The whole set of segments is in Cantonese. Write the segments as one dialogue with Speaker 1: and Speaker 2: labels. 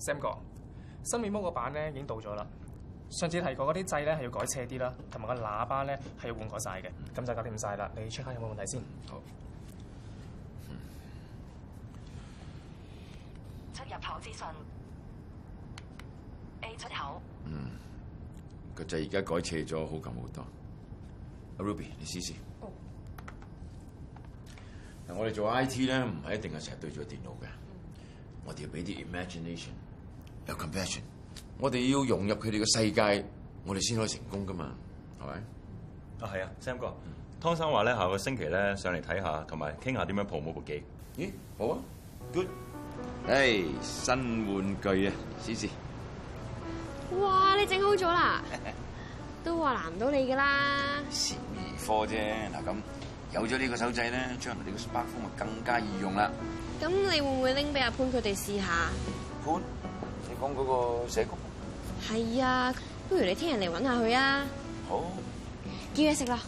Speaker 1: Sam 哥，新面膜個版咧已經到咗啦。上次提過嗰啲掣咧係要改斜啲啦，同埋個喇叭咧係要換過晒嘅，咁就搞掂晒啦。你 check 下有冇問題先。
Speaker 2: 好，
Speaker 3: 出入口資訊 A 出口
Speaker 2: 個掣而家改斜咗，好撳好多。阿 Ruby，你試試。嗱，我哋做 I T 咧，唔係一定係成日對住個電腦嘅，我哋要俾啲 imagination，有 compassion，我哋要融入佢哋嘅世界，我哋先可以成功噶嘛，係咪？
Speaker 4: 啊，係啊，Sam 哥，湯生話咧下個星期咧上嚟睇下，同埋傾下點樣 promote 部機。
Speaker 2: 咦，好啊
Speaker 4: Good，
Speaker 2: 誒，新玩具啊，試試。
Speaker 5: 哇！你整好咗 啦，都話難唔到你噶啦。
Speaker 2: 小兒科啫，嗱咁有咗呢個手掣咧，將來呢個 Spark 風就更加易用啦。
Speaker 5: 咁你會唔會拎俾阿潘佢哋試下？
Speaker 2: 潘，你講嗰個社工
Speaker 5: 係啊，不如你聽人嚟揾下佢啊，
Speaker 2: 好，
Speaker 5: 叫嘢食啦。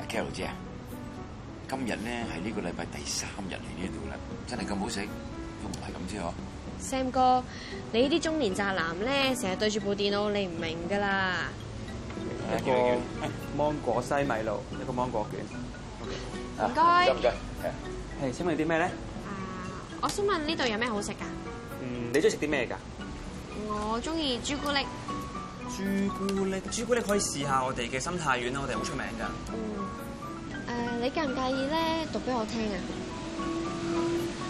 Speaker 2: 阿 Carol 姐啊，今日咧係呢個禮拜第三日嚟呢度啦，真係咁好食都唔係咁啫嗬。
Speaker 5: Sam 哥，你呢啲中年宅男咧，成日對住部電腦，你唔明噶啦。
Speaker 6: 一個芒果西米露，一個芒果卷。
Speaker 2: 啊
Speaker 5: 唔該
Speaker 2: 唔該？
Speaker 6: 係請問啲咩咧？
Speaker 5: 啊，我想問呢度有咩好食噶？啊
Speaker 6: 嗯，你中意食啲咩㗎？
Speaker 5: 我中意朱古力。
Speaker 6: 朱古力，朱古力可以試下我哋嘅心太丸啦，我哋好出名㗎。
Speaker 5: 嗯。誒、你介唔介意咧讀俾我聽啊？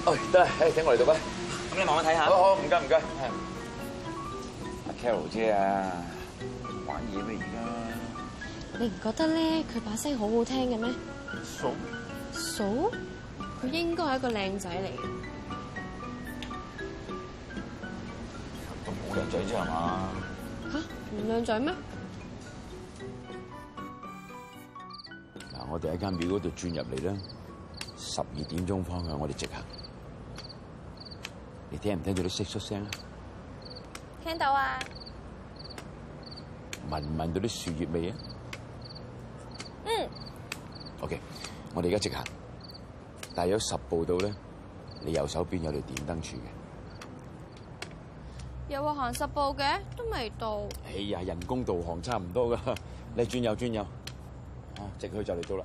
Speaker 2: 哦，得啦，誒，等我嚟讀啊。
Speaker 6: 咁你慢慢睇下。
Speaker 2: 好好，唔該唔該。係阿 Carol 姐啊，玩嘢咩而
Speaker 5: 你唔覺得咧佢把聲好好聽嘅咩？
Speaker 2: 家？傻，
Speaker 5: 嫂，佢應該係一個靚仔嚟嘅。
Speaker 2: 咁好靚仔啫係嘛？
Speaker 5: 吓，唔靚仔咩？
Speaker 2: 嗱，我哋喺間廟嗰度轉入嚟啦，十二點鐘方向我哋直行。你聽唔聽到啲蟋蟀聲啊？
Speaker 5: 聽到啊！
Speaker 2: 聞唔聞到啲樹葉味啊？
Speaker 5: 嗯。
Speaker 2: OK，我哋而家直行，大約十步到咧，你右手邊有條電燈柱嘅。
Speaker 5: 又話行十步嘅，都未到。
Speaker 2: 哎呀，人工導航差唔多噶， 你轉右轉右，啊，直去就嚟到啦。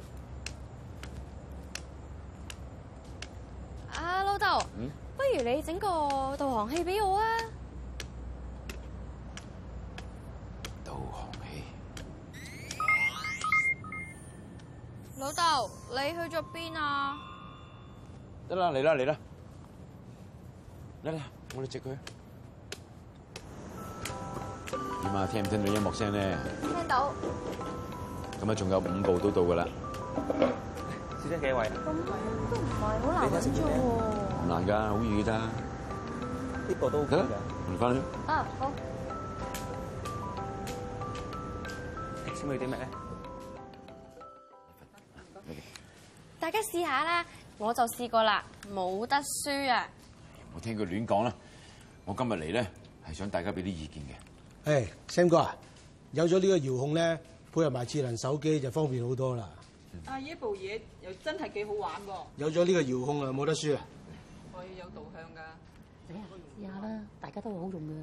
Speaker 5: 啊，老豆，
Speaker 2: 嗯
Speaker 5: 不如你整個導航器俾我啊！
Speaker 2: 導航器，
Speaker 5: 老豆，你去咗邊啊？
Speaker 2: 得啦，嚟啦嚟啦，嚟啦，我哋直去。點啊？聽唔聽到音樂聲咧？
Speaker 5: 聽到。
Speaker 2: 咁啊，仲有五步都到噶啦，
Speaker 6: 小姐幾位？啊
Speaker 5: 都唔係好難揾啫喎。
Speaker 2: 唔難噶，好易噶咋。
Speaker 6: 呢個都
Speaker 2: 得啦，我哋翻去。
Speaker 5: 啊，好。
Speaker 6: 請問啲咩咧？
Speaker 5: 大家試下啦，我就試過啦，冇得輸啊！
Speaker 2: 我聽佢亂講啦，我今日嚟咧係想大家俾啲意見嘅。
Speaker 7: 誒，Sam 哥啊，有咗呢個遙控咧，配合埋智能手機就方便好多啦。
Speaker 8: 啊！呢部嘢又真係幾好玩喎，
Speaker 7: 有咗呢個遙控啊，冇得輸啊！
Speaker 8: 我要有導向㗎。
Speaker 9: 試下啦，大家都會好用嘅。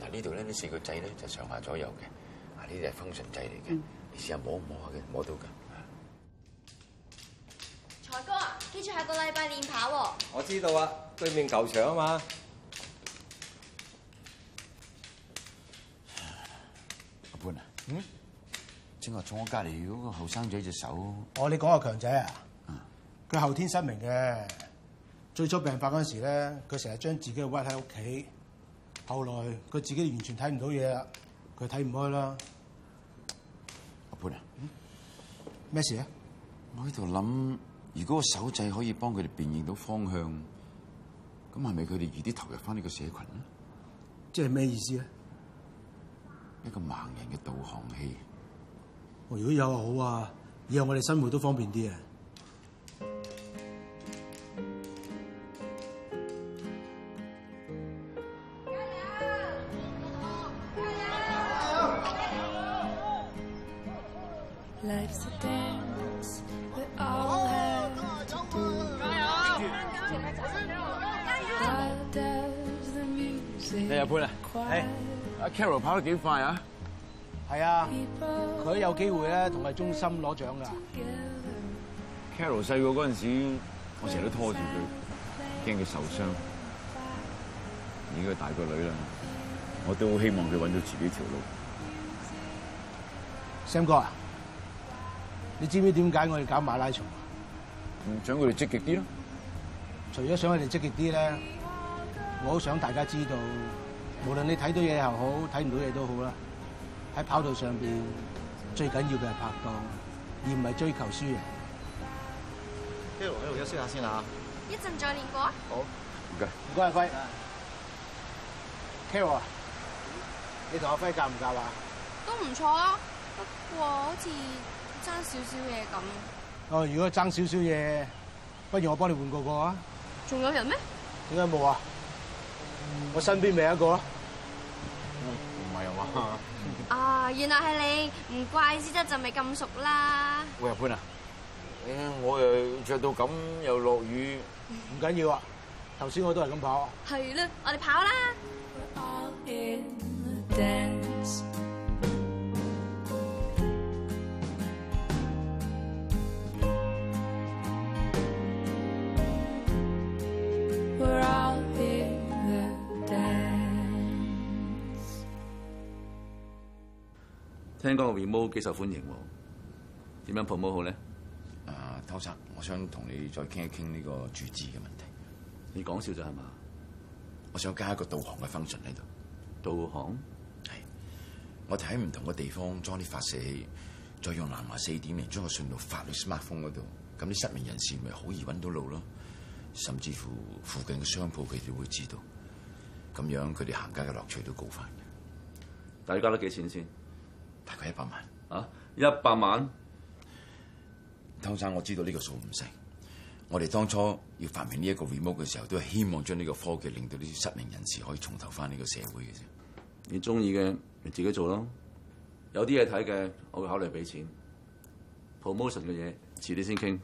Speaker 2: 嗱呢度咧呢四個掣咧就上下左右嘅，啊呢啲係 function 掣嚟嘅，你試下摸唔摸下嘅，摸到㗎。
Speaker 5: 財哥啊，記住下個禮拜練跑喎。
Speaker 10: 我知道啊，對面球場啊嘛，
Speaker 2: 阿潘啊，嗯，正話坐我隔離嗰個後生仔隻手，
Speaker 7: 我你講阿強仔啊，佢後天失明嘅，最初病發嗰陣時咧，佢成日將自己屈喺屋企，後來佢自己完全睇唔到嘢啦，佢睇唔開啦，
Speaker 2: 阿潘啊，
Speaker 7: 咩事啊？
Speaker 2: 我喺度諗，如果個手掣可以幫佢哋辨認到方向，咁係咪佢哋易啲投入翻呢個社群咧？
Speaker 7: 即係咩意思咧？啊
Speaker 2: 一個盲人嘅導航器，
Speaker 7: 我如果有啊好啊，以後我哋生活都方便啲啊！
Speaker 11: 加油！
Speaker 2: 你日潘
Speaker 5: Oh
Speaker 2: 啊？
Speaker 7: 係
Speaker 2: 阿 Carol 跑得幾快啊？
Speaker 7: 係啊，佢有機會咧同我哋中心攞獎㗎。
Speaker 2: Carol 細個嗰陣時，我成日都拖住佢，驚佢受傷。而家佢大個女啦，我都好希望佢揾到自己條路。
Speaker 7: Sam 哥啊，你知唔知點解我哋搞馬拉松啊？
Speaker 2: 唔想佢哋積極啲咯。
Speaker 7: 除咗想佢哋積極啲咧，我好想大家知道，無論你睇到嘢又好，睇唔到嘢都好啦，喺跑道上邊最緊要嘅係拍檔，而唔係追求輸贏。
Speaker 5: 一陣再練過啊！
Speaker 7: 唔該，阿輝。Carol 啊，你同阿輝夾唔夾啊？
Speaker 5: 都唔錯啊，不過好似爭少少嘢咁。
Speaker 7: 哦，如果爭少少嘢，不如我幫你換個個啊？
Speaker 5: 仲有人咩？
Speaker 7: 點解冇啊？我身邊咪有一個咯。啊
Speaker 2: 唔係啊嘛？
Speaker 5: 啊，原來係你，唔怪之得就咪咁熟啦。
Speaker 2: 喂，阿潘啊，我又着到咁，又落雨。
Speaker 7: 唔緊要啊，頭先我都係咁跑。啊
Speaker 5: 係啦，我哋跑啦！
Speaker 3: 聽講個 remote 幾受歡迎喎，點樣 promote 好咧？
Speaker 2: 啊，湯生，我想同你再傾一傾呢個注資嘅問題。
Speaker 3: 你講笑咋係嘛？
Speaker 2: 我想加一個導航嘅 function 喺度。
Speaker 3: 導航
Speaker 2: 我哋喺唔同嘅地方裝啲發射器，再用藍牙四點嚟將個信號發去 smartphone 嗰度，咁啲失明人士咪好易揾到路咯。甚至乎附近嘅商鋪佢哋會知道，咁樣佢哋行街嘅樂趣都高翻嘅，
Speaker 3: 大家都幾錢先？
Speaker 2: 大概一百萬。
Speaker 3: 啊，一百萬
Speaker 2: 湯生，我知道呢個數唔細。我哋當初要發明呢一個 remote 嘅時候，都係希望將呢個科技令到呢啲失明人士可以重投翻呢個社會嘅啫。
Speaker 3: 你中意嘅你自己做咯。有啲嘢睇嘅，我會考慮俾錢。promotion 嘅嘢遲啲先傾。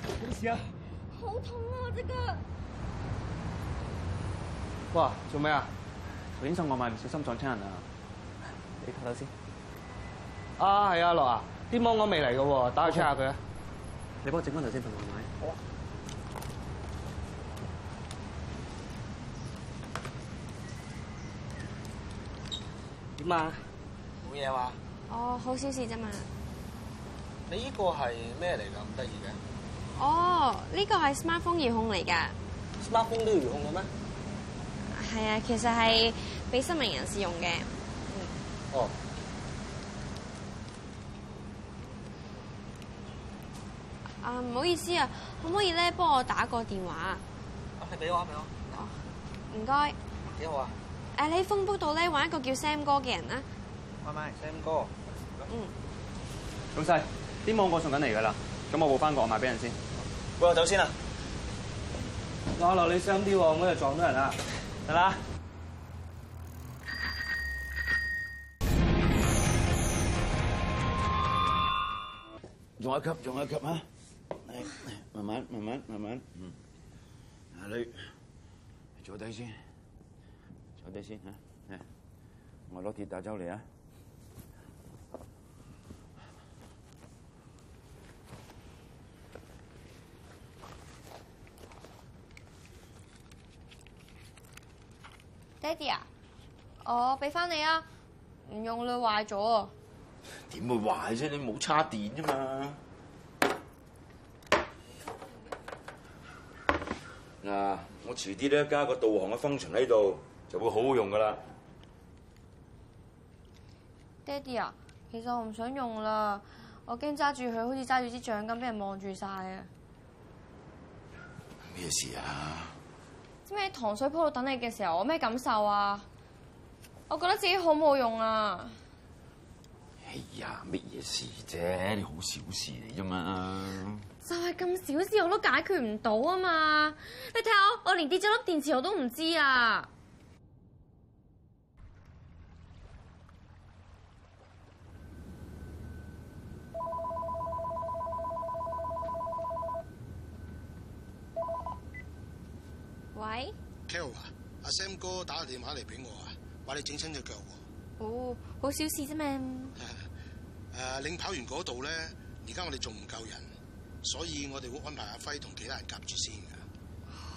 Speaker 5: 好痛啊！我隻腳。
Speaker 7: 哇，做咩啊？
Speaker 6: 頭先送外賣唔小心撞親人啊！你睇睇先，
Speaker 7: 啊，係啊，樂啊，啲芒果未嚟嘅喎，打去 check 下佢啊。
Speaker 6: 你幫我整翻頭先份外賣。點啊？
Speaker 11: 冇嘢話。
Speaker 5: 哦，好小事啫嘛。
Speaker 11: 你呢個係咩嚟㗎？咁得意嘅
Speaker 5: 哦，呢個係 smartphone 遙控嚟㗎。
Speaker 11: smartphone 都要遙控嘅咩？
Speaker 5: 係啊，其實係俾失明人士用嘅。
Speaker 11: 哦。
Speaker 5: 啊，唔好意思啊，可唔可以咧幫我打個電話啊？
Speaker 11: 啊，你俾我啊，俾我。
Speaker 5: 唔該。
Speaker 11: 幾好啊？
Speaker 5: 誒，你喺 phonebook 度咧揾一個叫 Sam 哥嘅人啊啦。
Speaker 11: 喂喂，Sam 哥。
Speaker 5: 嗯。
Speaker 6: 老細，啲芒果送緊嚟㗎啦，咁我報翻個外賣俾人先。
Speaker 11: 喂，我走先啦。
Speaker 6: 我落你小心啲喎，我又撞到人啦，得啦。
Speaker 2: 仲有一級，仲有一級啊！嚟嚟慢慢，慢慢，慢慢。嗯，阿女，坐低先，坐低先嚇。嚟，我攞鐵打走嚟啊！
Speaker 5: 爹哋啊，我俾翻你啊，唔用啦，壞咗啊。
Speaker 2: 點會壞啫？你冇叉電啫嘛。嗱，我遲啲咧加個導航嘅 function 喺度，就會好好用噶啦。
Speaker 5: 爹哋啊，其實我唔想用啦，我驚揸住佢好似揸住支杖咁，俾人望住晒啊。
Speaker 2: 咩事啊？
Speaker 5: 知唔知喺糖水鋪度等你嘅時候，我咩感受啊？我覺得自己好冇用啊！
Speaker 2: 哎呀，乜嘢事啫？你好小事嚟啫嘛。
Speaker 5: 就係咁小事我都解決唔到啊嘛！你睇下我，我連跌咗粒電池我都唔知啊！喂，
Speaker 7: Carol 啊，阿 Sam 哥打個電話嚟俾我啊，話你整親只腳喎。
Speaker 5: 哦，好小事啫嘛。
Speaker 7: 誒、領跑員嗰度咧，而家我哋仲唔夠人，所以我哋會安排阿輝同其他人夾住先嘅。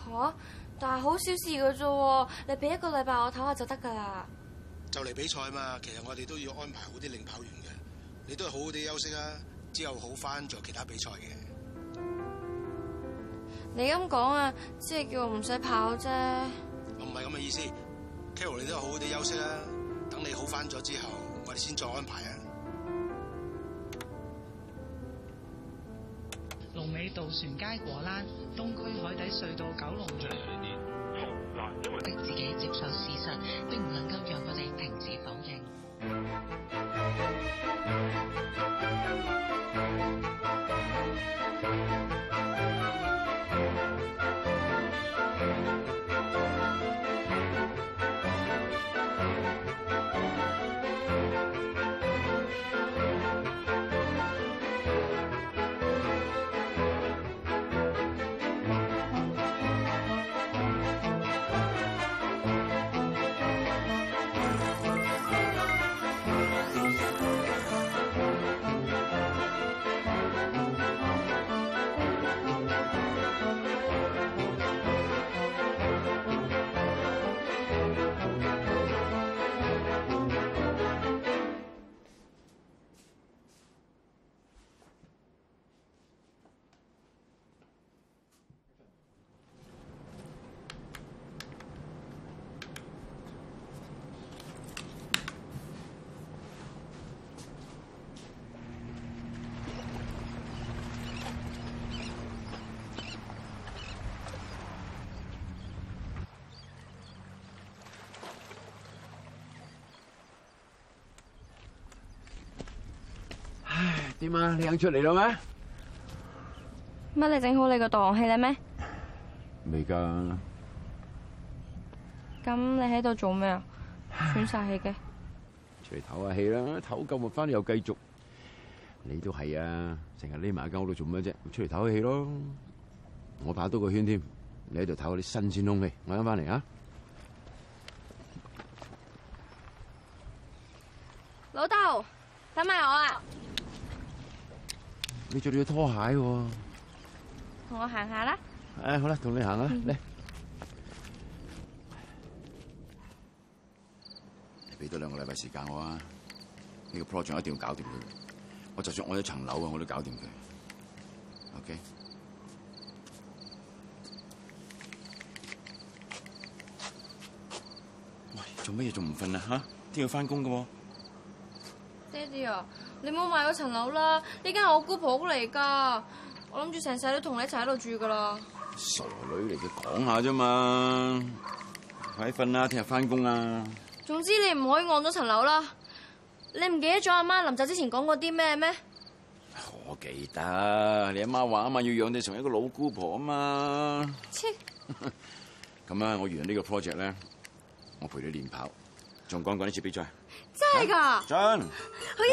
Speaker 5: 吓、但係好小事嘅啫喎，你俾一個禮拜我唞下就得㗎啦。
Speaker 7: 就嚟比賽嘛，其實我哋都要安排好啲領跑員嘅，你都係好好地休息啊，之後好翻仲有其他比賽嘅。
Speaker 5: 你咁講啊，即係叫我唔使跑啫。
Speaker 7: 我唔係咁嘅意思，Carol 你都係好好地休息啊，等你好翻咗之後，我哋先再安排啊。
Speaker 12: 龍尾渡船街果欄，東區海底隧道九龍站。逼自己接受事實，並唔能夠讓我哋停止否認。
Speaker 13: 点啊？你肯出嚟啦
Speaker 5: 乜你整好你個導航器啦咩？
Speaker 13: 咩？未噶，
Speaker 5: 咁你喺度做咩啊？喘晒氣嘅。
Speaker 13: 出嚟唞下氣啦，唞夠咪翻嚟又繼續。你都係
Speaker 2: à,
Speaker 13: 啊，成日匿埋喺間屋度做咩啫？出嚟唞下氣咯。我跑多個圈添，你喺度唞下啲新鮮空氣。我啱翻嚟啊！
Speaker 5: 老豆，等埋我啊，
Speaker 13: 你着住拖鞋喎。
Speaker 5: 同我行下啦。
Speaker 13: 誒好啦，同你行啦，嚟。
Speaker 2: 你俾多兩個禮拜時間我啊！呢、個 project 一定要搞掂佢。我就算我一層樓啊，我都搞掂佢。OK。喂，做乜嘢仲唔瞓啊？吓，都要翻工噶喎。
Speaker 5: 爹哋啊，你唔好買嗰層樓啦，呢間係我姑婆屋嚟噶，我諗住成世都同你一齊喺度住噶啦。
Speaker 2: 傻女嚟嘅，講下啫嘛。快啲瞓啦，聽日翻工啊！
Speaker 5: 總之你唔可以按咗層樓啦。你唔記得咗阿媽臨走之前講過啲咩咩？
Speaker 2: 我記得你阿媽話啊嘛，要養你成為一個老姑婆啊嘛。
Speaker 5: 切，
Speaker 2: 咁啊，我完呢個 project 咧，我陪你練跑，仲講講呢次比賽。
Speaker 5: 真係㗎，好
Speaker 2: John。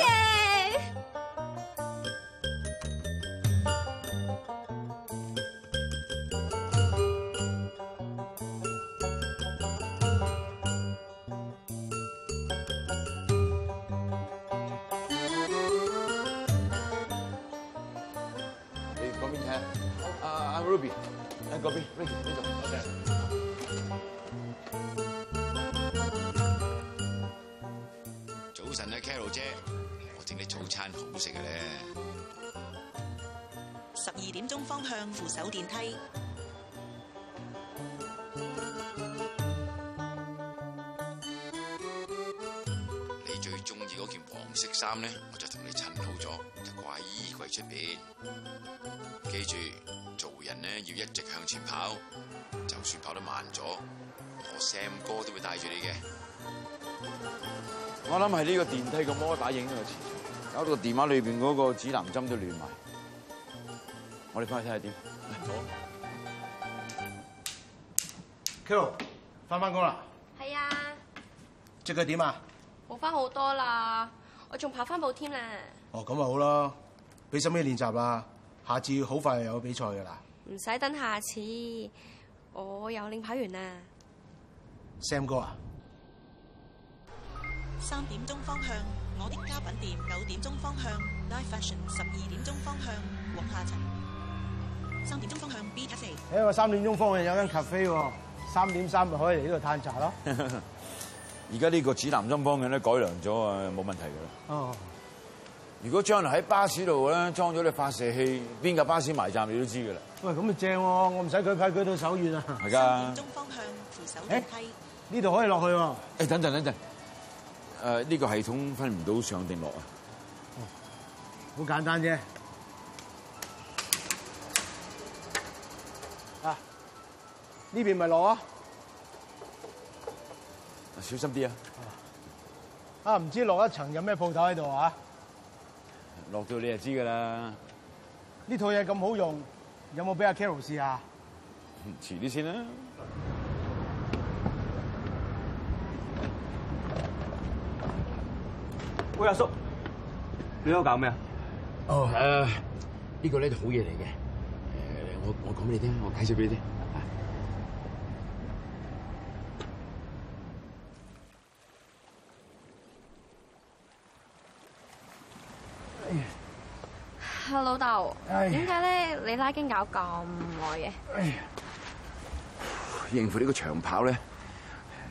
Speaker 5: 嘢！
Speaker 2: 你嗰邊睇下，啊啊 Ruby，喺嗰邊，Ruby 呢度，多謝。早晨啊，Carol 姐，我整啲早餐好食嘅咧。
Speaker 12: 十二點鐘方向扶手電梯。
Speaker 2: 你最中意嗰件黃色衫咧，我就同你襯好咗，就掛喺衣櫃出邊。記住，做人咧要一直向前跑，就算跑得慢咗，我 Sam 哥都會帶住你嘅。我諗係呢個電梯個摩打影響個磁場，搞到電話裏邊嗰個指南針都亂埋。我哋翻去睇下點。
Speaker 7: Carol，翻返工啦，
Speaker 5: 係啊，
Speaker 7: 隻腳點啊？
Speaker 5: 好翻好多啦，我仲跑翻步添啦，
Speaker 7: 哦，咁咪好咯，俾心機練習啦，下次好快又有比賽噶啦。
Speaker 5: 唔使等下次。我有領牌啊完啦。
Speaker 7: Sam 哥啊，
Speaker 14: 三點鐘方向，我的家品店九點鐘方向，Live Fashion 十二點鐘方向，黃下層。三點鐘方向 B 一四。
Speaker 7: 因為三點鐘方向有間 cafe 喎，三點三咪可以嚟呢度嘆茶 咯。
Speaker 2: 而家呢個指南針方向咧改良咗啊，冇問題㗎啦。
Speaker 7: 哦，
Speaker 2: 如果將來喺巴士度咧裝咗啲發射器，邊架巴士埋站你都知㗎啦。
Speaker 7: 喂，咁咪正喎，我唔使舉牌舉到手 軟啊。
Speaker 2: 係㗎。
Speaker 14: 方向扶手電梯。
Speaker 7: 呢度可以落去喎。
Speaker 2: 誒，等陣等陣，誒呢個系統分唔到上定落啊！
Speaker 7: 好簡單啫。啊，呢邊咪落啊！
Speaker 2: 小心啲啊！
Speaker 7: 啊，唔知落一層有咩鋪頭喺度啊？
Speaker 2: 落到你就知㗎啦，
Speaker 7: 呢套嘢咁好用，有冇俾阿 Carol 試下？
Speaker 2: 遲啲先啦。
Speaker 10: 喂，阿叔，你喺度搞咩啊？
Speaker 13: 哦，誒、呢個咧就好嘢嚟嘅。誒、我我講俾你聽，我介紹俾你聽。
Speaker 2: 啊
Speaker 5: 啊老豆，
Speaker 13: 唉
Speaker 5: 點解咧你拉筋搞咁耐嘅？
Speaker 13: 應付呢個長跑咧，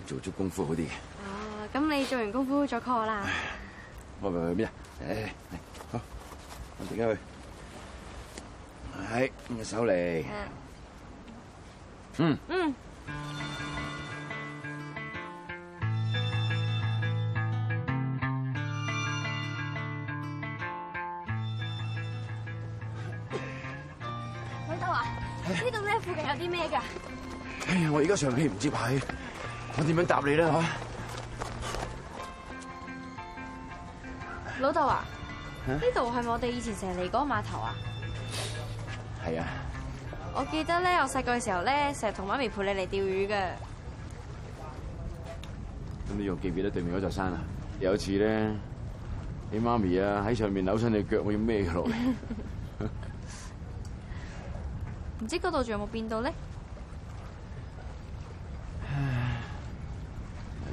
Speaker 13: 做足功夫好啲嘅。
Speaker 5: 哦，咁你做完功夫再 call 我啦。
Speaker 13: 喂喂喂，咩啊？誒，嚟好，我點解去？係，咁嘅手嚟。嗯。
Speaker 5: 嗯。
Speaker 15: 老豆啊，呢度咧附近有啲咩㗎？
Speaker 13: 哎呀，我而家上氣唔接氣，我點樣答你咧嚇？
Speaker 5: 老豆啊，
Speaker 13: 啊
Speaker 5: 呢度係咪我哋以前成日嚟嗰個碼頭啊？
Speaker 13: 係啊。
Speaker 5: 我記得咧，我細個嘅時候咧，成日同媽咪陪你嚟釣魚嘅。
Speaker 13: 咁你仲記唔記得對面嗰座山啊？有一次咧，你媽咪啊喺上面扭親你腳，我要孭佢落嚟。
Speaker 5: 唔知嗰度仲有冇變到咧？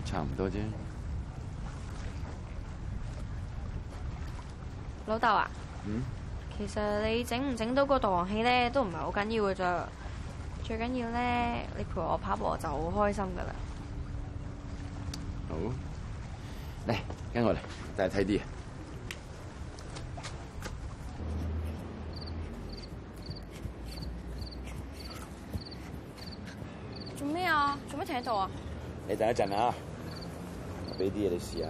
Speaker 13: 差唔多啫。
Speaker 5: 老豆啊，
Speaker 13: 嗯，
Speaker 5: 其實你整唔整到個導航器咧，都唔係好緊要嘅咋。最緊要咧，你陪我跑步我就好開心噶啦。
Speaker 13: 好。嚟，跟我嚟，帶你睇啲嘢。啊
Speaker 5: 做咩啊？做咩停喺度啊？
Speaker 13: 你等一陣啊，我俾啲嘢你試下。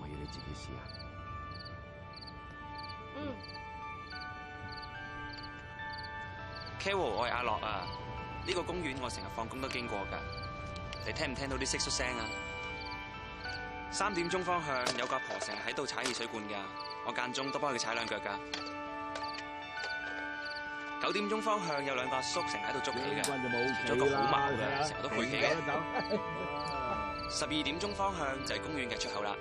Speaker 13: 我要你自己試下。
Speaker 5: 嗯。
Speaker 6: Carol，我係阿樂啊！呢個公園我成日放工都經過㗎，你聽唔聽到啲蟋蟀聲啊？三點鐘方向有個阿婆成日喺度踩汽水罐㗎，我間中都幫佢踩兩腳㗎。九點鐘方向有兩個阿叔成日喺度捉棋㗎，其中一個好矛㗎，成日都攰棋嘅。十二點鐘方向就係公園嘅出口啦，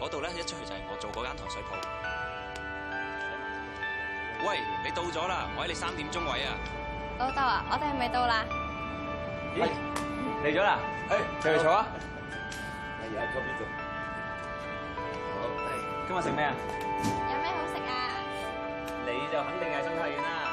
Speaker 6: 嗰度咧一出去就係我做嗰間糖水鋪。喂，你到咗啦，我喺你三點鐘位啊！
Speaker 5: 老豆啊，我哋係咪到啦？
Speaker 10: 咦，嚟咗哎啦？誒，入嚟坐啊！
Speaker 13: 係啊，邊度？
Speaker 10: 今日食咩啊？
Speaker 5: 有咩好食啊？
Speaker 10: 你就肯定係生態園啦。